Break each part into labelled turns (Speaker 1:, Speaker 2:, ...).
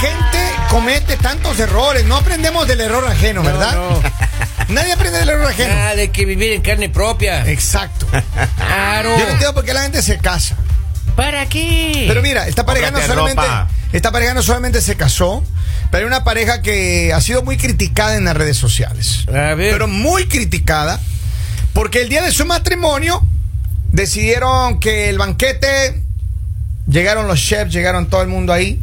Speaker 1: gente comete tantos errores. No aprendemos del error ajeno, ¿verdad?
Speaker 2: No,
Speaker 1: Nadie aprende del error ajeno.
Speaker 2: nada Ah, de que vivir en carne propia.
Speaker 1: Exacto.
Speaker 2: Claro.
Speaker 1: Eh, Yo no entiendo por qué la gente se casa.
Speaker 2: ¿Para qué?
Speaker 1: Pero mira, esta pareja no
Speaker 3: Cómprate
Speaker 1: solamente,
Speaker 3: ropa.
Speaker 1: esta pareja no solamente se casó, pero hay una pareja que ha sido muy criticada en las redes sociales.
Speaker 2: A ver.
Speaker 1: Pero muy criticada, porque el día de su matrimonio decidieron que el banquete llegaron los chefs, llegaron todo el mundo ahí.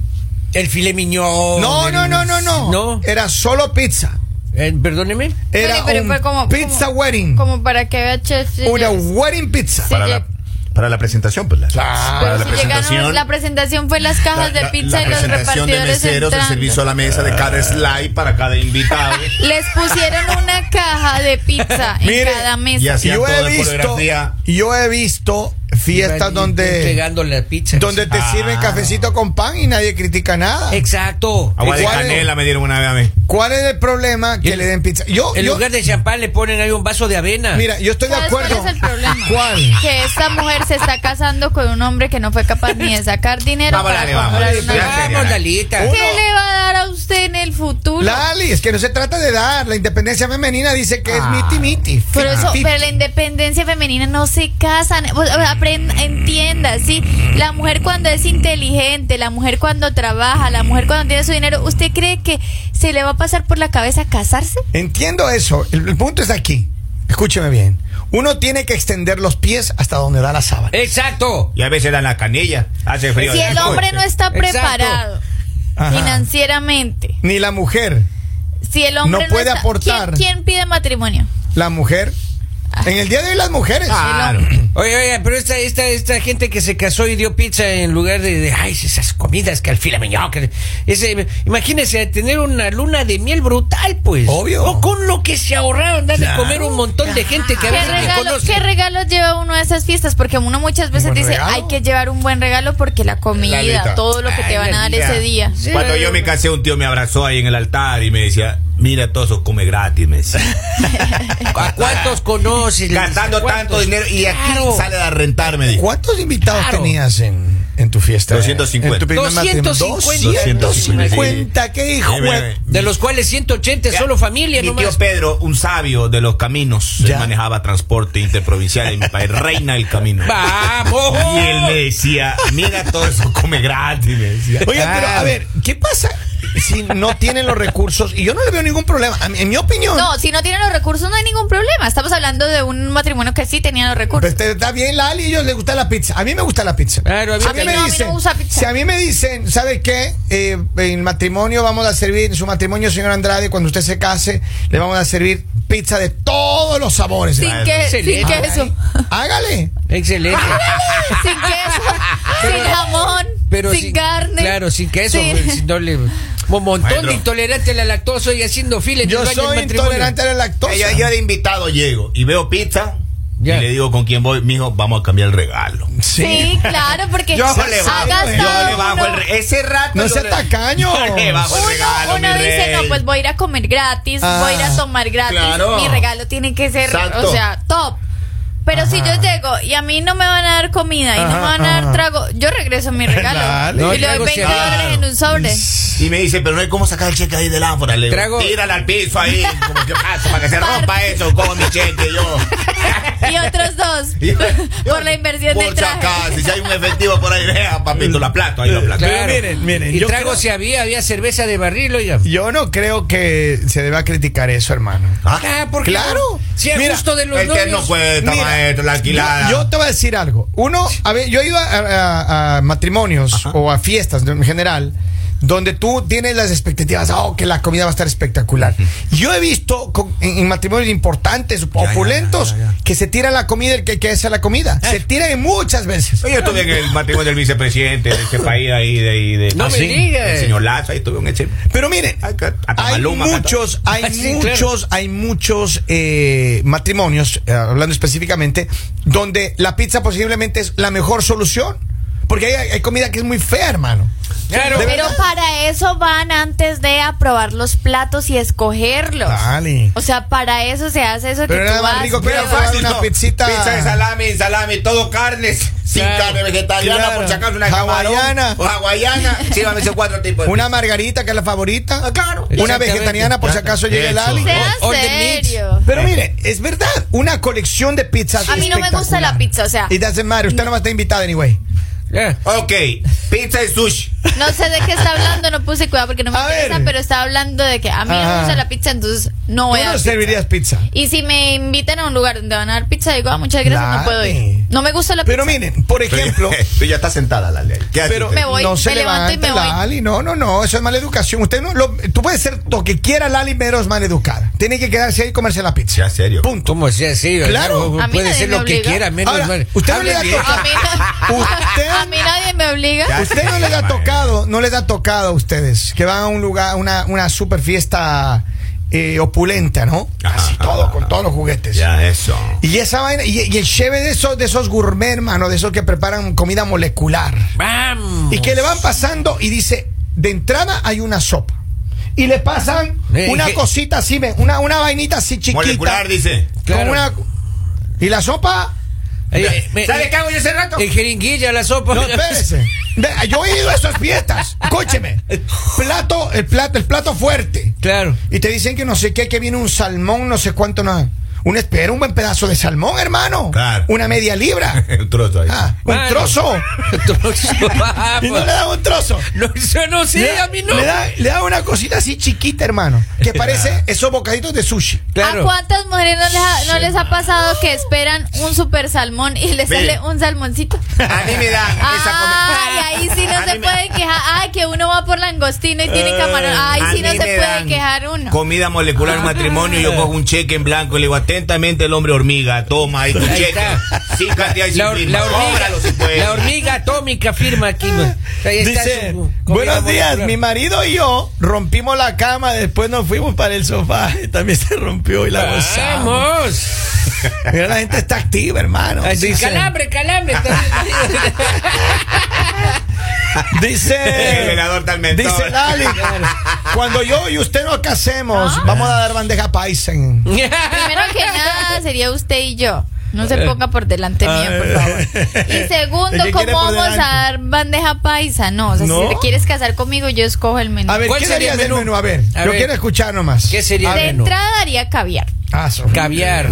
Speaker 2: el filet mignon.
Speaker 1: no,
Speaker 2: el-
Speaker 1: no, no, no, no,
Speaker 2: No.
Speaker 1: Era solo pizza.
Speaker 2: Eh, perdóneme.
Speaker 1: Era
Speaker 4: Oye, pero
Speaker 1: un
Speaker 4: fue como-
Speaker 1: pizza
Speaker 4: como-
Speaker 1: wedding.
Speaker 4: Como para que vea chef. si
Speaker 1: una
Speaker 4: lleg-
Speaker 1: wedding pizza.
Speaker 4: Sí.
Speaker 3: para,
Speaker 4: ya-
Speaker 3: la, para la presentación, pues. La,
Speaker 1: Claro.
Speaker 3: Para
Speaker 4: Pero
Speaker 3: la
Speaker 4: si llegaron,
Speaker 3: presentación.
Speaker 4: la presentación fue las cajas de pizza
Speaker 3: la
Speaker 4: y los
Speaker 3: presentación de
Speaker 4: repartidores
Speaker 3: meseros, el
Speaker 4: entrando.
Speaker 3: servicio a la mesa de cada slide para cada invitado.
Speaker 4: Les pusieron una caja de pizza en
Speaker 1: Mire,
Speaker 4: cada mesa.
Speaker 3: y así- Hacían
Speaker 1: Yo
Speaker 3: toda
Speaker 1: he
Speaker 3: la
Speaker 1: visto,
Speaker 3: coreografía.
Speaker 1: yo he visto fiestas
Speaker 2: Iban
Speaker 1: donde
Speaker 2: Pegando la pizza.
Speaker 1: donde te
Speaker 3: Ah.
Speaker 1: sirven cafecito con pan y nadie critica nada.
Speaker 2: Eh, Exacto.
Speaker 1: Ah,
Speaker 3: Agua de
Speaker 1: Igual-
Speaker 3: canela me dieron una vez a mí.
Speaker 1: ¿Cuál es el problema que
Speaker 2: El-
Speaker 1: le den pizza? Yo,
Speaker 2: En
Speaker 1: yo-
Speaker 2: lugar de champán le ponen ahí un vaso de avena.
Speaker 1: mira, yo estoy de
Speaker 4: ¿Sabes
Speaker 1: acuerdo.
Speaker 4: ¿Cuál es el problema?
Speaker 1: ¿Cuál?
Speaker 4: Que esta mujer se está casando con un hombre que no fue capaz ni de sacar dinero
Speaker 3: Vamos,
Speaker 4: para
Speaker 3: dale, vamos.
Speaker 4: comprar una
Speaker 3: Ya,
Speaker 2: Vamos,
Speaker 3: señora.
Speaker 2: Lalita.
Speaker 1: Uno.
Speaker 4: ¿Qué le va a dar a usted en el futuro?
Speaker 1: Lali, es que no se trata de dar. La independencia femenina dice que es miti miti.
Speaker 4: Pero eso,
Speaker 1: Fifty.
Speaker 4: pero la independencia femenina no se casan. O sea, aprend- entienda, sí. La mujer cuando es inteligente, la mujer cuando trabaja, la mujer cuando tiene su dinero, ¿usted cree que se le va a pasar por la cabeza casarse?
Speaker 1: Entiendo eso. El, el punto está aquí. Escúcheme bien. Uno tiene que extender los pies hasta donde da la sábana.
Speaker 2: Exacto.
Speaker 3: Y a veces dan la canilla. Hace frío.
Speaker 4: Si el
Speaker 3: Después.
Speaker 4: hombre no está
Speaker 2: Exacto.
Speaker 4: preparado
Speaker 1: Ajá.
Speaker 4: financieramente,
Speaker 1: Ni la mujer.
Speaker 4: si el hombre
Speaker 1: No puede
Speaker 4: está-
Speaker 1: aportar.
Speaker 4: ¿Quién, quién pide matrimonio?
Speaker 1: La mujer. En el día de hoy las
Speaker 3: Ah,
Speaker 1: mujeres.
Speaker 3: Claro.
Speaker 2: Oye, oye, pero esta, esta, esta gente que se casó y dio pizza en lugar de, de, ay, esas comidas que al fila miñón, que ese, imagínese tener una luna de miel brutal, pues.
Speaker 1: Obvio.
Speaker 2: O con lo que se ahorraron darle
Speaker 1: Claro.
Speaker 2: comer un montón de gente que a
Speaker 4: ¿Qué
Speaker 2: veces ni
Speaker 4: regalos
Speaker 2: conoce.
Speaker 4: lleva uno a esas fiestas? Porque uno muchas veces
Speaker 1: buen
Speaker 4: dice,
Speaker 1: regalo?
Speaker 4: hay que llevar un buen regalo porque la comida,
Speaker 3: Lalita.
Speaker 4: todo lo que
Speaker 2: Ay,
Speaker 4: te van a dar
Speaker 2: Lalita.
Speaker 4: ese día.
Speaker 2: Sí.
Speaker 3: Cuando yo me casé, un tío me abrazó ahí en el altar y me decía, mira, todo eso come gratis, me decía.
Speaker 2: ¿A cuántos conoces?
Speaker 3: Gastando
Speaker 2: ¿Cuántos?
Speaker 3: tanto dinero y aquí
Speaker 2: Claro.
Speaker 3: sale a rentar, me dijo.
Speaker 1: ¿Cuántos invitados
Speaker 2: Claro.
Speaker 1: tenías en, en tu fiesta?
Speaker 3: 250.
Speaker 1: En tu primer matrimonio.
Speaker 2: 250.
Speaker 1: 250, qué hijo.
Speaker 3: Sí, bebé.
Speaker 2: De los cuales 180 es solo familia,
Speaker 3: Mi
Speaker 2: nomás.
Speaker 3: tío Pedro, un sabio de los caminos, él
Speaker 1: Ya.
Speaker 3: manejaba transporte interprovincial en mi país, reina del camino.
Speaker 2: ¡Vamos!
Speaker 3: Y él me decía, mira todo eso come gratis, me decía.
Speaker 1: Oye, pero a ver, ¿qué pasa si no tienen los recursos? Y yo no le veo ningún problema. A mí- En mi opinión,
Speaker 4: No, si no tienen los recursos no hay ningún problema. Estamos hablando de un matrimonio que sí tenía los recursos.
Speaker 1: pues, te- está bien, Lali, a ellos les gusta la pizza. A mí me gusta la pizza.
Speaker 2: Claro, a mí
Speaker 1: Si me
Speaker 2: también.
Speaker 4: No, a mí no
Speaker 1: dicen,
Speaker 4: me gusta pizza.
Speaker 1: si a mí me dicen, ¿sabe qué? Eh, en matrimonio vamos a servir, en su matrimonio, señor Andrade, cuando usted se case, le vamos a servir pizza de todos los sabores.
Speaker 4: Sin, que, sin
Speaker 2: Excelente.
Speaker 4: queso,
Speaker 1: Hágale.
Speaker 2: Excelente.
Speaker 4: sin queso, sin jamón,
Speaker 2: Pero
Speaker 4: sin carne.
Speaker 2: Claro, sin queso.
Speaker 4: sin-
Speaker 2: pues, si no le- un montón
Speaker 3: Maestro.
Speaker 2: de intolerante a la lactosa y haciendo fila en
Speaker 1: Yo
Speaker 2: el baño del
Speaker 1: soy
Speaker 2: matrimonio.
Speaker 1: intolerante a la lactosa.
Speaker 3: Yo, yo de invitado llego y veo pizza
Speaker 2: Ya.
Speaker 3: y le digo con quién voy, mijo, vamos a cambiar el regalo.
Speaker 4: Sí. claro, porque
Speaker 3: Yo
Speaker 4: ha
Speaker 3: le bajo,
Speaker 4: gastado
Speaker 3: yo le bajo el
Speaker 4: uno-
Speaker 3: re- Ese rato.
Speaker 1: No
Speaker 3: yo
Speaker 1: sea
Speaker 3: le-
Speaker 1: tacaño.
Speaker 3: Yo le bajo el
Speaker 4: Uno,
Speaker 3: regalo,
Speaker 4: uno
Speaker 3: mi
Speaker 4: dice,
Speaker 3: rey.
Speaker 4: no, pues voy a ir a comer gratis,
Speaker 1: Ah,
Speaker 4: voy a ir a tomar gratis,
Speaker 3: claro.
Speaker 4: mi regalo tiene que ser,
Speaker 3: Exacto.
Speaker 4: o sea, top. Pero si yo llego y a mí no me van a dar comida y
Speaker 1: Ajá,
Speaker 4: no me van a dar
Speaker 1: ajá.
Speaker 4: trago, yo regreso mi regalo
Speaker 1: Dale.
Speaker 2: No,
Speaker 4: y le
Speaker 2: trago
Speaker 4: doy 20
Speaker 2: sí,
Speaker 4: dólares en un sobre.
Speaker 3: Y me dice, pero no hay cómo sacar el cheque ahí del ánfora. Le digo,
Speaker 2: Trago.
Speaker 3: tírala al piso ahí, como que pasa, para que se rompa
Speaker 4: Parte.
Speaker 3: eso, como mi cheque yo.
Speaker 4: Y otros dos
Speaker 3: Y-
Speaker 4: por la inversión
Speaker 3: Por
Speaker 4: del
Speaker 3: si
Speaker 4: traje.
Speaker 3: acaso, si hay un efectivo por ahí, vea, papito, la plato, ahí lo aplato.
Speaker 2: Claro.
Speaker 1: Pero miren, miren,
Speaker 2: Y
Speaker 1: yo
Speaker 2: trago
Speaker 1: creo-
Speaker 2: si había, había cerveza de barril, oiga.
Speaker 1: Yo no creo que se deba criticar eso, hermano.
Speaker 2: Ah, porque
Speaker 1: claro.
Speaker 2: Si es
Speaker 1: Mira,
Speaker 2: justo de los
Speaker 3: el que no
Speaker 2: novios.
Speaker 3: cuesta,
Speaker 1: Mira,
Speaker 3: maestro, la alquilada.
Speaker 1: Yo, yo te voy a decir algo. Uno, a ver, yo he ido a, a- a matrimonios o a fiestas en general donde tú tienes las expectativas, oh, que la comida va a estar espectacular. Yo he visto con- en, en matrimonios importantes, opulentos,
Speaker 3: ya, Eh. ya, ya.
Speaker 1: que se tira la comida el que, que hace la comida. Se tira en muchas veces.
Speaker 3: Oye, yo estuve en el matrimonio del vicepresidente de este país ahí, de ahí, de.
Speaker 2: No
Speaker 3: Ah,
Speaker 2: me
Speaker 3: sí,
Speaker 2: digas.
Speaker 3: El señor Lazo, ahí tuve un eche.
Speaker 1: Pero miren,
Speaker 3: Acá, hasta
Speaker 1: hay
Speaker 3: Maluma cantó.
Speaker 1: muchos, hay
Speaker 2: Sí, claro.
Speaker 1: muchos, hay muchos eh, matrimonios, eh, hablando específicamente, donde la pizza posiblemente es la mejor solución. Porque hay, hay comida que es muy fea, hermano.
Speaker 2: Claro.
Speaker 1: De
Speaker 4: Pero
Speaker 1: verdad.
Speaker 4: para eso van antes de aprobar los platos y escogerlos.
Speaker 1: Dale.
Speaker 4: O sea, para eso se hace eso
Speaker 1: Pero
Speaker 4: que
Speaker 1: nada
Speaker 4: tú
Speaker 1: más
Speaker 4: vas,
Speaker 1: rico que
Speaker 4: pruebas.
Speaker 1: la fácil. Una pizzita-
Speaker 5: Pizza de salami, salami, todo carnes. Sin
Speaker 2: Claro.
Speaker 5: carne vegetariana,
Speaker 1: Claro.
Speaker 5: por si acaso una
Speaker 1: Hawaiana.
Speaker 5: camarón, o hawaiana. Sí, van a ser cuatro tipos. de
Speaker 1: Una
Speaker 5: pizza.
Speaker 1: margarita, que es la favorita.
Speaker 5: Ah, claro.
Speaker 1: Una
Speaker 2: Exactamente.
Speaker 1: vegetariana, por si acaso llega el
Speaker 5: Eso.
Speaker 1: Ali.
Speaker 4: Sean
Speaker 2: Or- order mix.
Speaker 4: serio.
Speaker 1: Pero mire, es verdad, una colección de pizzas.
Speaker 4: A mí no me gusta
Speaker 1: espectacular.
Speaker 4: la pizza, o sea-
Speaker 1: It doesn't matter, usted no va a estar invitada anyway.
Speaker 2: Ya.
Speaker 5: Ok, pizza y sushi.
Speaker 4: No sé de qué está hablando, no puse cuidado porque no me
Speaker 1: A ver.
Speaker 4: interesa, pero está hablando de que a mí no
Speaker 1: Ajá.
Speaker 4: me gusta la pizza, entonces no
Speaker 1: Tú
Speaker 4: voy a.
Speaker 1: no
Speaker 4: dar pizza.
Speaker 1: servirías pizza.
Speaker 4: Y si me invitan a un lugar donde van a dar pizza, digo, ah, muchas gracias,
Speaker 1: Dale.
Speaker 4: no puedo ir. No me gusta la
Speaker 1: Pero
Speaker 4: pizza.
Speaker 1: miren, por ejemplo,
Speaker 3: Tú ya estás sentada, Lali. ¿Qué haces?
Speaker 1: pero
Speaker 4: Me voy,
Speaker 1: no se
Speaker 4: me levanto y
Speaker 1: levante
Speaker 4: me voy.
Speaker 1: Lali, no, no, no, eso es mala educación. Usted no lo- tú puedes ser lo que quiera Lali, pero es mal educada. Tiene que quedarse ahí y comerse la pizza.
Speaker 3: Sea serio.
Speaker 1: Punto.
Speaker 2: ¿Cómo sea así?
Speaker 1: Claro.
Speaker 2: ¿no?
Speaker 4: A mí
Speaker 2: Puede
Speaker 4: nadie
Speaker 2: ser
Speaker 4: me
Speaker 2: lo que
Speaker 4: obliga.
Speaker 2: quiera, menos
Speaker 1: Ahora,
Speaker 2: mal.
Speaker 1: usted no
Speaker 2: Hable
Speaker 1: le da
Speaker 2: bien.
Speaker 1: to-
Speaker 4: A mí, no-
Speaker 1: Usted-
Speaker 4: a mí nadie me obliga.
Speaker 1: Usted no les ha tocado, no les ha tocado a ustedes que van a un lugar, una, una super fiesta eh, opulenta, ¿no?
Speaker 3: Ajá,
Speaker 1: Así
Speaker 3: ajá,
Speaker 1: todo,
Speaker 3: ajá.
Speaker 1: con todos los juguetes.
Speaker 3: Ya, eso.
Speaker 1: Y esa vaina, y, y el cheve de esos, de esos gourmet, hermano, de esos que preparan comida molecular.
Speaker 2: Vamos.
Speaker 1: Y que le van pasando y dice, de entrada hay una sopa. Y le pasan
Speaker 2: Eh,
Speaker 1: una
Speaker 2: que-
Speaker 1: cosita así, ven, una, una vainita así chiquita.
Speaker 3: Molecular, dice.
Speaker 1: con
Speaker 2: Claro.
Speaker 1: una- y la sopa.
Speaker 2: Eh, eh, me-
Speaker 5: ¿Sabe qué hago yo hace rato?
Speaker 2: En jeringuilla la sopa.
Speaker 1: No, espérese. Ve, Yo he ido a esas fiestas. Escúcheme. Plato, el plato, el plato fuerte.
Speaker 2: claro.
Speaker 1: Y te dicen que no sé qué, que viene un salmón, no sé cuánto, no. Un espera, un buen pedazo de salmón, hermano.
Speaker 3: Claro.
Speaker 1: Una media libra.
Speaker 3: Un trozo ahí.
Speaker 1: Ah, un
Speaker 2: Mano.
Speaker 1: trozo.
Speaker 2: Vamos.
Speaker 1: Y no le da un trozo.
Speaker 2: No, eso no sé,
Speaker 1: Le da-
Speaker 2: a mí no.
Speaker 1: Le da, le da una cosita así chiquita, hermano. Que parece esos bocaditos de sushi.
Speaker 4: ¿A
Speaker 2: Claro.
Speaker 4: cuántas mujeres no les ha, no les ha pasado que esperan un super salmón y les
Speaker 3: Mire.
Speaker 4: sale un salmoncito?
Speaker 5: A mí me dan
Speaker 4: Ah,
Speaker 5: esa comida.
Speaker 4: Ay, ahí sí
Speaker 5: A
Speaker 4: no se
Speaker 5: mí me-
Speaker 4: puede quejar. Ay, que uno va por langostino y
Speaker 1: Eh,
Speaker 4: tiene camarón. Ay,
Speaker 5: A
Speaker 4: sí no
Speaker 5: mí
Speaker 4: se
Speaker 5: me
Speaker 4: puede
Speaker 5: dan
Speaker 4: quejar uno. Ah.
Speaker 3: Comida molecular, un matrimonio, yo cojo un cheque en blanco y le digo atentamente el hombre hormiga, toma ahí tu
Speaker 2: Ahí
Speaker 3: cheque.
Speaker 2: está.
Speaker 3: Sin cantidad y sin
Speaker 2: La, hor-
Speaker 3: firma.
Speaker 2: la
Speaker 3: Cóbralo si
Speaker 2: hormiga,
Speaker 3: puedes.
Speaker 2: la hormiga atómica firma aquí. Ahí está
Speaker 1: Dice,
Speaker 2: su comida
Speaker 1: buenos días,
Speaker 2: molecular".
Speaker 1: mi marido y yo rompimos la cama, después nos fuimos para el sofá y también se rompió y la gozamos.
Speaker 2: Vamos.
Speaker 1: Mira, la gente está activa, hermano.
Speaker 2: Así,
Speaker 1: Dice,
Speaker 2: calambre, calambre.
Speaker 1: dice,
Speaker 3: El velador está al mentón.
Speaker 1: dice Lali, cuando yo y usted nos casemos, vamos a dar bandeja paisa. en-
Speaker 4: Primero que nada sería usted y yo. No
Speaker 1: Eh.
Speaker 4: se ponga por delante mío, por favor. Y segundo,
Speaker 1: El que quiere
Speaker 4: ¿cómo
Speaker 1: por
Speaker 4: vamos a
Speaker 1: delante.
Speaker 4: dar bandeja paisa? No, o sea,
Speaker 1: ¿No?
Speaker 4: si te quieres casar conmigo, yo escojo el menú.
Speaker 1: A ver,
Speaker 2: ¿Cuál
Speaker 1: ¿qué sería
Speaker 2: sería el
Speaker 1: del
Speaker 2: menú?
Speaker 1: menú? A ver,
Speaker 2: A
Speaker 1: yo
Speaker 2: ver.
Speaker 1: quiero escuchar nomás.
Speaker 2: ¿Qué
Speaker 1: A
Speaker 2: sería el
Speaker 4: de
Speaker 1: ver.
Speaker 2: menú?
Speaker 4: entrada haría caviar.
Speaker 1: Ah, so-
Speaker 2: Caviar,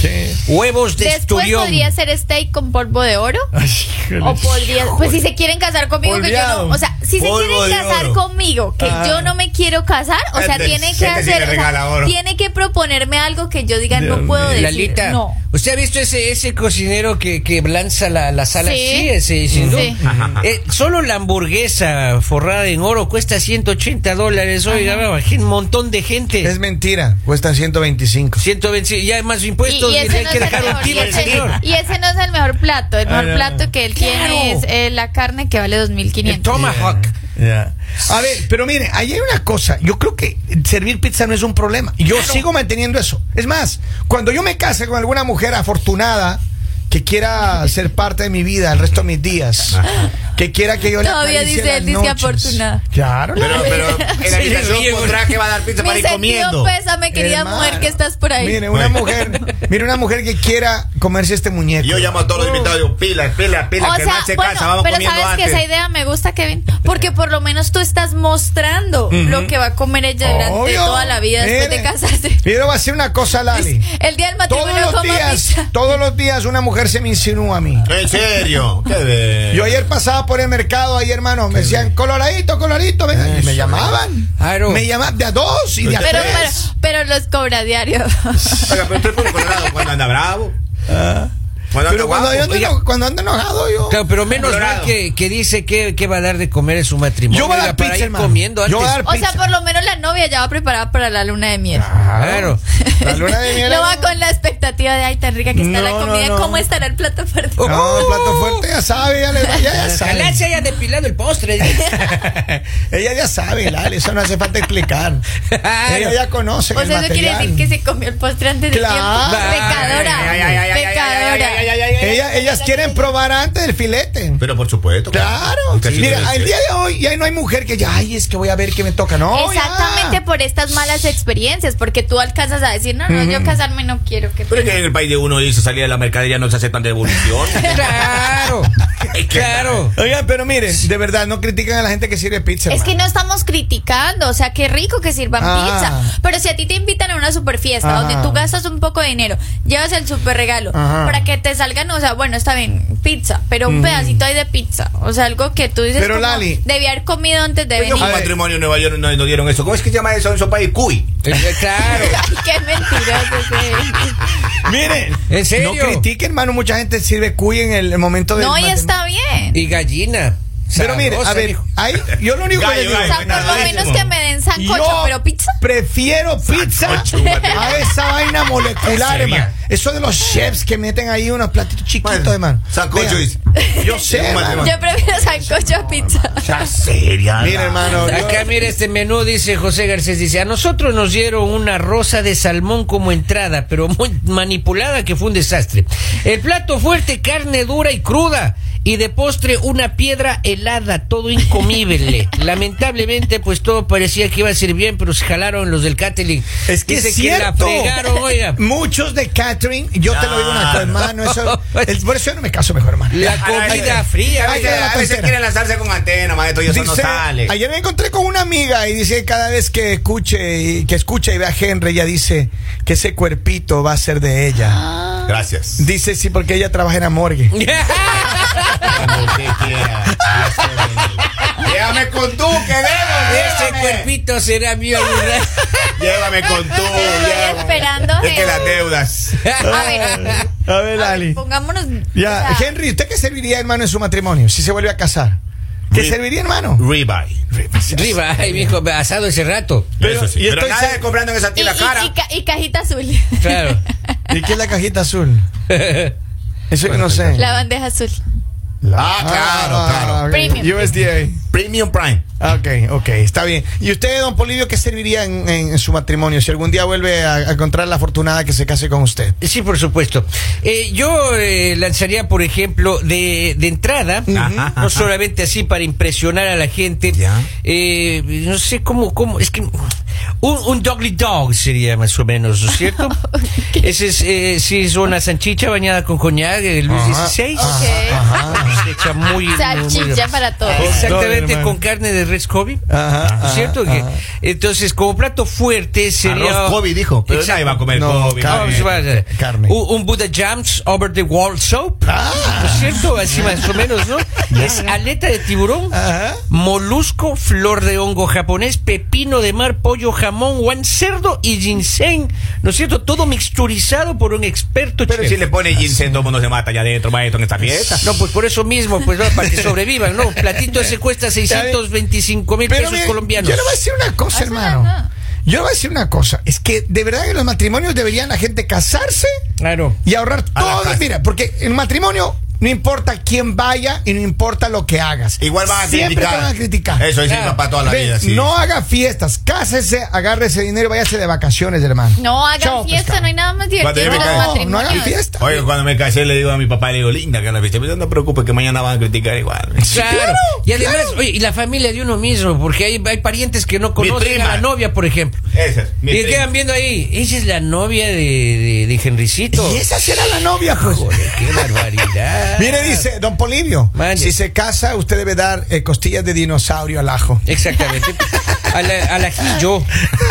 Speaker 1: ¿Qué?
Speaker 2: huevos de
Speaker 4: Después
Speaker 2: esturión.
Speaker 4: podría ser steak con polvo de oro.
Speaker 1: Ay, híjole.
Speaker 4: O podría, pues si se quieren casar conmigo, que yo
Speaker 1: Polviado.
Speaker 4: no. O sea, si se
Speaker 3: Polvo
Speaker 4: quieren
Speaker 3: de
Speaker 4: casar
Speaker 3: oro.
Speaker 4: conmigo, que
Speaker 1: Ah.
Speaker 4: yo no me quiero casar, o sea,
Speaker 3: Este,
Speaker 4: tiene
Speaker 3: este
Speaker 4: que
Speaker 3: sí
Speaker 4: hacer.
Speaker 3: me
Speaker 4: o sea,
Speaker 3: regala oro.
Speaker 4: tiene que proponerme algo que yo diga,
Speaker 1: Dios
Speaker 4: no puedo decir.
Speaker 2: Lalita,
Speaker 4: No.
Speaker 2: ¿usted ha visto ese, ese cocinero que, que lanza la, la sala
Speaker 4: Sí.
Speaker 2: así? Ese, sin duda.
Speaker 4: Sí.
Speaker 2: Eh, solo la hamburguesa forrada en oro cuesta 180 dólares. Oiga, imagín- un montón de gente.
Speaker 1: Es mentira, cuesta 125.
Speaker 2: 120, ya más
Speaker 4: Y,
Speaker 2: impuestos.
Speaker 4: y
Speaker 2: Y,
Speaker 4: ese
Speaker 2: hay
Speaker 4: no
Speaker 2: que
Speaker 4: es el
Speaker 2: dejar un
Speaker 4: mejor, y
Speaker 2: tiro al
Speaker 4: ese-
Speaker 2: señor.
Speaker 4: y ese no es el mejor plato. El mejor
Speaker 1: Ah,
Speaker 4: plato que él tiene
Speaker 2: Claro.
Speaker 4: es eh, la carne que vale
Speaker 2: El
Speaker 4: 2.500.
Speaker 2: Tomahawk.
Speaker 1: Ya. A ver, pero mire, ahí hay una cosa. Yo creo que servir pizza no es un problema. Yo sigo manteniendo eso. Es más, cuando yo me case con alguna mujer afortunada que quiera ser parte de mi vida el resto de mis días, que quiera que yo
Speaker 4: Todavía
Speaker 1: le acaricie
Speaker 4: dice-
Speaker 1: las
Speaker 4: dice
Speaker 1: noches.
Speaker 4: afortunada.
Speaker 1: Claro,
Speaker 3: Pero,
Speaker 1: la-
Speaker 3: pero en la
Speaker 2: Sí,
Speaker 3: habitación
Speaker 2: sí, güey.
Speaker 3: pondrá que va a dar pizza para
Speaker 4: Mi
Speaker 3: ir
Speaker 4: sentido
Speaker 3: comiendo.
Speaker 4: pésame, querida
Speaker 1: Hermano.
Speaker 4: mujer, que estás por ahí.
Speaker 1: Mire, una mujer, mire una mujer que quiera comerse este muñeco.
Speaker 3: Yo llamo a todos los invitados, digo, pila, pila, pila,
Speaker 4: O
Speaker 3: que
Speaker 4: sea,
Speaker 3: más se
Speaker 4: bueno,
Speaker 3: casa, vamos
Speaker 4: pero
Speaker 3: comiendo
Speaker 4: sabes
Speaker 3: antes.
Speaker 4: que esa idea me gusta, Kevin, porque por lo menos tú estás mostrando lo que va a comer ella durante
Speaker 1: Obvio.
Speaker 4: toda la vida después
Speaker 1: Mire.
Speaker 4: de casarse.
Speaker 1: Pero va a ser una cosa, Lali.
Speaker 4: El día del
Speaker 1: Todos
Speaker 4: matrimonio
Speaker 1: los
Speaker 4: como
Speaker 1: días,
Speaker 4: pizza.
Speaker 1: todos los días una mujer se me insinúa a mí.
Speaker 3: En serio. Qué de-
Speaker 1: Yo ayer pasaba por el mercado, ahí hermano, me decían coloradito, coloradito, ven". Y me llamaban.
Speaker 2: ¿eh? Claro.
Speaker 1: Me llamaban de a dos y de a
Speaker 4: Pero, pero,
Speaker 1: tres.
Speaker 4: pero los cobra diario.
Speaker 3: Oiga, pero usted fue colorado cuando anda bravo. Cuando anda
Speaker 1: Ah. Pero cuando,
Speaker 3: guapo.
Speaker 1: yo ando
Speaker 2: oiga.
Speaker 1: eno- cuando ando enojado yo.
Speaker 2: Claro, pero menos
Speaker 3: Colorado.
Speaker 2: mal que, que dice que, que va a dar de comer en su matrimonio.
Speaker 1: Yo voy a dar
Speaker 2: Oiga, para
Speaker 1: pizza,
Speaker 2: ir
Speaker 1: hermano.
Speaker 2: comiendo
Speaker 1: Yo voy a
Speaker 2: antes.
Speaker 1: dar
Speaker 4: O sea,
Speaker 1: pizza.
Speaker 4: por lo menos la novia ya va preparada para la luna de miel.
Speaker 2: Claro.
Speaker 1: La luna de miel.
Speaker 4: no va con la expectativa de ay tan rica que está la
Speaker 1: No, no,
Speaker 4: comida,
Speaker 1: no.
Speaker 4: cómo estará el plato fuerte.
Speaker 2: Oh.
Speaker 1: No, el plato fuerte ya sabe, ya, le- ya, ya
Speaker 2: Ojalá se
Speaker 1: sabe.
Speaker 2: haya depilado el postre.
Speaker 1: Ella ya sabe, Lali, eso no hace falta explicar.
Speaker 2: Claro.
Speaker 1: Ella ya conoce.
Speaker 4: O sea,
Speaker 1: el
Speaker 4: eso quiere
Speaker 1: material.
Speaker 4: decir que se comió el postre antes de
Speaker 1: Claro.
Speaker 4: tiempo.
Speaker 2: Ay,
Speaker 4: Pecadora.
Speaker 2: ay, ay, ay,
Speaker 4: Pecadora.
Speaker 1: Ella ellas, ellas quieren probar antes del filete.
Speaker 3: Pero por supuesto.
Speaker 1: Claro.
Speaker 3: Un cachito
Speaker 1: Mira,
Speaker 3: de-
Speaker 1: el día de hoy ya no hay mujer que ya, ay, es que voy a ver qué me toca. No. ya.
Speaker 4: Exactamente por estas malas experiencias, porque tú alcanzas a decir, no, no, yo casarme no quiero. Que
Speaker 3: Pero es que en el país de uno dice salir a la mercadería no se aceptan devoluciones.
Speaker 2: Claro, claro.
Speaker 1: Oigan, pero miren, de verdad, no critican a la gente que sirve pizza.
Speaker 4: Es que
Speaker 1: hermano.
Speaker 4: no estamos criticando, o sea, qué rico que sirvan
Speaker 1: Ah.
Speaker 4: pizza. Pero si a ti te invitan a una super fiesta
Speaker 1: Ajá.
Speaker 4: donde tú gastas un poco de dinero, llevas el super regalo
Speaker 1: Ajá.
Speaker 4: para que te salgan, o sea, bueno, está bien, pizza, pero un pedacito ahí de pizza, o sea, algo que tú dices,
Speaker 1: Pero,
Speaker 4: como,
Speaker 1: Lali- Pues
Speaker 4: debí haber comido antes de
Speaker 3: Yo
Speaker 4: venir.
Speaker 3: fui a un
Speaker 1: ver.
Speaker 3: matrimonio en Nueva York no, no dieron eso. ¿Cómo es que se llama eso en su país? Cuy.
Speaker 2: Eh, Claro.
Speaker 4: Ay, qué mentiroso que
Speaker 1: Miren,
Speaker 2: ¿En serio?
Speaker 1: no critiquen, hermano. Mucha gente sirve cuy en el, el momento de.
Speaker 4: No, y está bien.
Speaker 2: Y gallina.
Speaker 1: Pero mire, a
Speaker 2: Sabrosa,
Speaker 1: ver,
Speaker 2: mijo.
Speaker 1: ahí, yo lo único que
Speaker 3: Gallo,
Speaker 1: les digo.
Speaker 4: O sea, por lo menos que me den sancocho,
Speaker 1: Yo
Speaker 4: pero pizza.
Speaker 1: Prefiero pizza
Speaker 3: Sancocho, guate.
Speaker 1: a esa vaina molecular,
Speaker 3: Sería.
Speaker 1: hermano. Eso de los chefs que meten ahí unos platitos chiquitos,
Speaker 3: Bueno,
Speaker 1: hermano.
Speaker 3: sancocho
Speaker 1: Vean,
Speaker 3: dice.
Speaker 1: Yo sé,
Speaker 3: Sí,
Speaker 1: hermano.
Speaker 3: madre.
Speaker 4: Yo prefiero sancocho a pizza.
Speaker 3: Ya seria.
Speaker 1: Mira,
Speaker 3: la-
Speaker 1: hermano. yo-
Speaker 2: Acá mira este menú, dice José Garcés, dice, a nosotros nos dieron una rosa de salmón como entrada, pero muy manipulada que fue un desastre. El plato fuerte, carne dura y cruda, y de postre una piedra helada, todo incomible. Lamentablemente, pues todo parecía que iba a ser bien, pero se jalaron los del Catering.
Speaker 1: Es que
Speaker 2: dice
Speaker 1: es
Speaker 2: que la
Speaker 1: cierto.
Speaker 2: fregaron, oiga.
Speaker 1: Muchos de catering, yo te lo digo
Speaker 3: Ah,
Speaker 1: una cosa, hermano. Eso, es- por eso yo no me caso mejor, hermano.
Speaker 2: La comida fría.
Speaker 1: Ay,
Speaker 3: A
Speaker 1: que de la
Speaker 3: veces- a veces
Speaker 1: tontera.
Speaker 3: quieren lanzarse con antena, maestro, y eso no
Speaker 1: Dice,
Speaker 3: sale.
Speaker 1: Ayer me encontré con una amiga y dice que cada vez que escuche y que escucha y ve a Henry, ella dice que ese cuerpito va a ser de ella.
Speaker 3: Gracias.
Speaker 1: Dice sí, porque ella trabaja en la morgue.
Speaker 3: Cuando usted quiera. Dios te bendiga. Llévame con tú, que debo.
Speaker 2: Ese
Speaker 3: llévame.
Speaker 2: cuerpito será mío. ¿verdad?
Speaker 3: Llévame con tú. llévame.
Speaker 4: esperando,
Speaker 3: Es que
Speaker 4: Henry.
Speaker 3: las deudas.
Speaker 4: A ver,
Speaker 1: A ver, Lali.
Speaker 4: pongámonos.
Speaker 1: Ya,
Speaker 4: o sea,
Speaker 1: Henry, ¿usted qué serviría, hermano, en su matrimonio si se vuelve a casar? ¿Qué
Speaker 3: Sí.
Speaker 1: serviría, hermano?
Speaker 3: Rebuy.
Speaker 2: Arriba, ay, mijo, asado ese rato.
Speaker 1: Pero-
Speaker 3: Eso sí.
Speaker 1: y
Speaker 3: Pero
Speaker 1: estoy
Speaker 3: nada
Speaker 1: se-
Speaker 3: de comprando en esa
Speaker 4: y,
Speaker 3: tía la
Speaker 4: y-
Speaker 3: cara.
Speaker 4: y ca- y cajita azul.
Speaker 2: Claro.
Speaker 3: Mm.
Speaker 1: ¿Y qué es la cajita azul? Eso que no sé.
Speaker 4: La bandeja azul.
Speaker 3: Ah, claro, claro.
Speaker 1: ok.
Speaker 4: Premium.
Speaker 1: USDA.
Speaker 3: Premium Prime.
Speaker 1: Ah, Ok, ok, está bien. ¿Y usted, don Polivio, qué serviría en, en- en su matrimonio si algún día vuelve a, a encontrar la afortunada que se case con usted?
Speaker 2: Sí, por supuesto. Eh, yo eh, lanzaría, por ejemplo, de, de entrada,
Speaker 3: Ajá,
Speaker 2: no
Speaker 3: ajá.
Speaker 2: solamente así para impresionar a la gente,
Speaker 3: Ya.
Speaker 2: eh, no sé cómo, cómo, es que un, un dogly dog sería más o menos, ¿no es cierto? Ese es, eh, sí, es una salchicha bañada con coñac, eh, Luis
Speaker 1: Ajá,
Speaker 2: XVI.
Speaker 4: Ok.
Speaker 2: Una salchicha pues muy, muy- muy-
Speaker 4: Salchicha para todos.
Speaker 1: Doggy,
Speaker 2: Exactamente,
Speaker 1: hermano.
Speaker 2: con carne de res Kobe.
Speaker 1: Ajá,
Speaker 2: ¿No
Speaker 1: ajá,
Speaker 2: es cierto?
Speaker 1: ajá.
Speaker 2: Que, entonces, como plato fuerte sería.
Speaker 3: Arroz Kobe dijo. Pero
Speaker 2: Exacto.
Speaker 3: nadie va a comer
Speaker 1: No,
Speaker 3: Kobe.
Speaker 1: carne.
Speaker 2: No, pues,
Speaker 3: maestro.
Speaker 2: vaya.
Speaker 1: Carne.
Speaker 2: Un, un Buddha Jams over the wall soap.
Speaker 3: Ah.
Speaker 2: ¿No es cierto? Así más o menos, ¿no? Es aleta de tiburón,
Speaker 1: Ajá.
Speaker 2: molusco, flor de hongo japonés, pepino de mar, pollo, jamón, guan cerdo y ginseng. ¿No es cierto? Todo mixturizado por un experto
Speaker 3: Pero
Speaker 2: chef.
Speaker 3: si le pone ginseng, todo el mundo se mata allá adentro, maestro, en esta fiesta.
Speaker 2: No, pues por eso mismo, pues va, para que sobrevivan, ¿no? Un platito ese cuesta 625 mil pesos
Speaker 1: mire,
Speaker 2: colombianos.
Speaker 1: Yo le voy a decir una cosa,
Speaker 4: Eso
Speaker 1: hermano.
Speaker 4: no, no.
Speaker 1: Yo le voy a decir una cosa. Es que de verdad en los matrimonios deberían la gente casarse
Speaker 2: Claro.
Speaker 1: y ahorrar
Speaker 3: A la
Speaker 1: todo.
Speaker 3: casa.
Speaker 1: Mira, porque en matrimonio no importa quién vaya y no importa lo que hagas.
Speaker 3: Igual van a
Speaker 1: Siempre
Speaker 3: criticar.
Speaker 1: te van a criticar.
Speaker 3: Eso es
Speaker 2: Claro.
Speaker 3: para toda la
Speaker 1: Ve,
Speaker 3: vida. sí.
Speaker 1: No haga fiestas, cásese, agarre ese dinero y váyase de vacaciones, hermano.
Speaker 4: No hagan
Speaker 1: Chao,
Speaker 4: fiesta,
Speaker 1: pescado.
Speaker 4: no hay nada más
Speaker 3: Cuando
Speaker 4: divertido
Speaker 3: yo
Speaker 4: que
Speaker 3: me
Speaker 4: los
Speaker 3: cae-
Speaker 1: No, no hagan
Speaker 4: matrimonios.
Speaker 1: fiesta.
Speaker 3: Oye, cuando me casé le digo a mi papá, le digo, linda que la fiesta, pero no te preocupes que mañana van a criticar igual.
Speaker 2: Claro.
Speaker 1: Claro,
Speaker 2: y además, oye, y la familia de uno mismo, porque hay, hay parientes que no conocen a
Speaker 3: prima.
Speaker 2: la novia, por ejemplo.
Speaker 3: Esa es mi
Speaker 2: y
Speaker 3: triste.
Speaker 2: quedan viendo ahí, ella es la novia de, de, de Henricito.
Speaker 1: Y esa será la novia, pues.
Speaker 2: Joder, qué barbaridad.
Speaker 1: Mire, dice, don Polivio,
Speaker 2: Mande.
Speaker 1: si se casa, usted debe dar eh, costillas de dinosaurio al ajo.
Speaker 2: Exactamente. Al, al ajillo,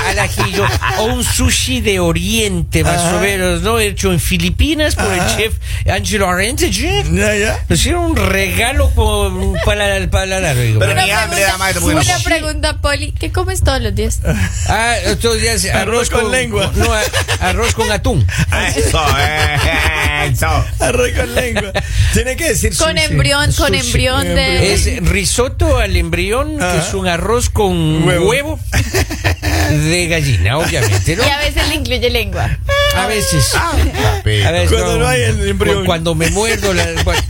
Speaker 2: al ajillo, o un sushi de oriente, más
Speaker 1: Ajá.
Speaker 2: o menos, ¿no? Hecho en Filipinas por el chef Angelo Arente, chef.
Speaker 1: Ya, ya.
Speaker 2: Nos hicieron un regalo con- para el paladar. digo.
Speaker 3: Pero
Speaker 4: Una
Speaker 3: ni hambre da, maestro, porque
Speaker 4: pregunta,
Speaker 3: no
Speaker 4: una
Speaker 3: como.
Speaker 4: pregunta, Poli. ¿Qué comes todos los días?
Speaker 2: Ah, estos días arroz,
Speaker 1: con lengua.
Speaker 2: No, a- arroz con atún.
Speaker 3: Eso, eso.
Speaker 1: Arroz con lengua. Tiene que decir
Speaker 4: Con
Speaker 1: sushi.
Speaker 4: embrión, con
Speaker 1: Sushi,
Speaker 4: embrión de-
Speaker 2: Es risotto al embrión, que
Speaker 1: Ajá.
Speaker 2: es un arroz con
Speaker 1: Huevo.
Speaker 2: huevo, de gallina, obviamente, ¿no?
Speaker 4: Y a veces le incluye lengua.
Speaker 2: A veces.
Speaker 3: Papi.
Speaker 2: A veces
Speaker 1: Cuando no hay el embrión.
Speaker 2: Cuando me muerdo, la- bueno,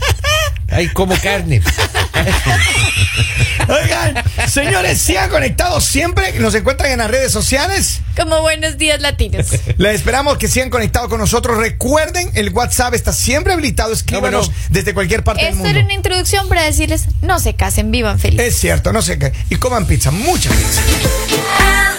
Speaker 2: ahí como carne.
Speaker 1: Oigan, señores, sigan conectados siempre. Nos encuentran en las redes sociales.
Speaker 4: Como buenos días latinos.
Speaker 1: Les esperamos que sigan conectados con nosotros. Recuerden, el WhatsApp está siempre habilitado. Escríbanos
Speaker 2: No, bueno.
Speaker 1: desde cualquier parte del
Speaker 4: Esto
Speaker 1: mundo.
Speaker 4: era una introducción para decirles, no se casen, vivan felices.
Speaker 1: Es cierto, no sé qué. Y coman pizza, mucha pizza.
Speaker 6: El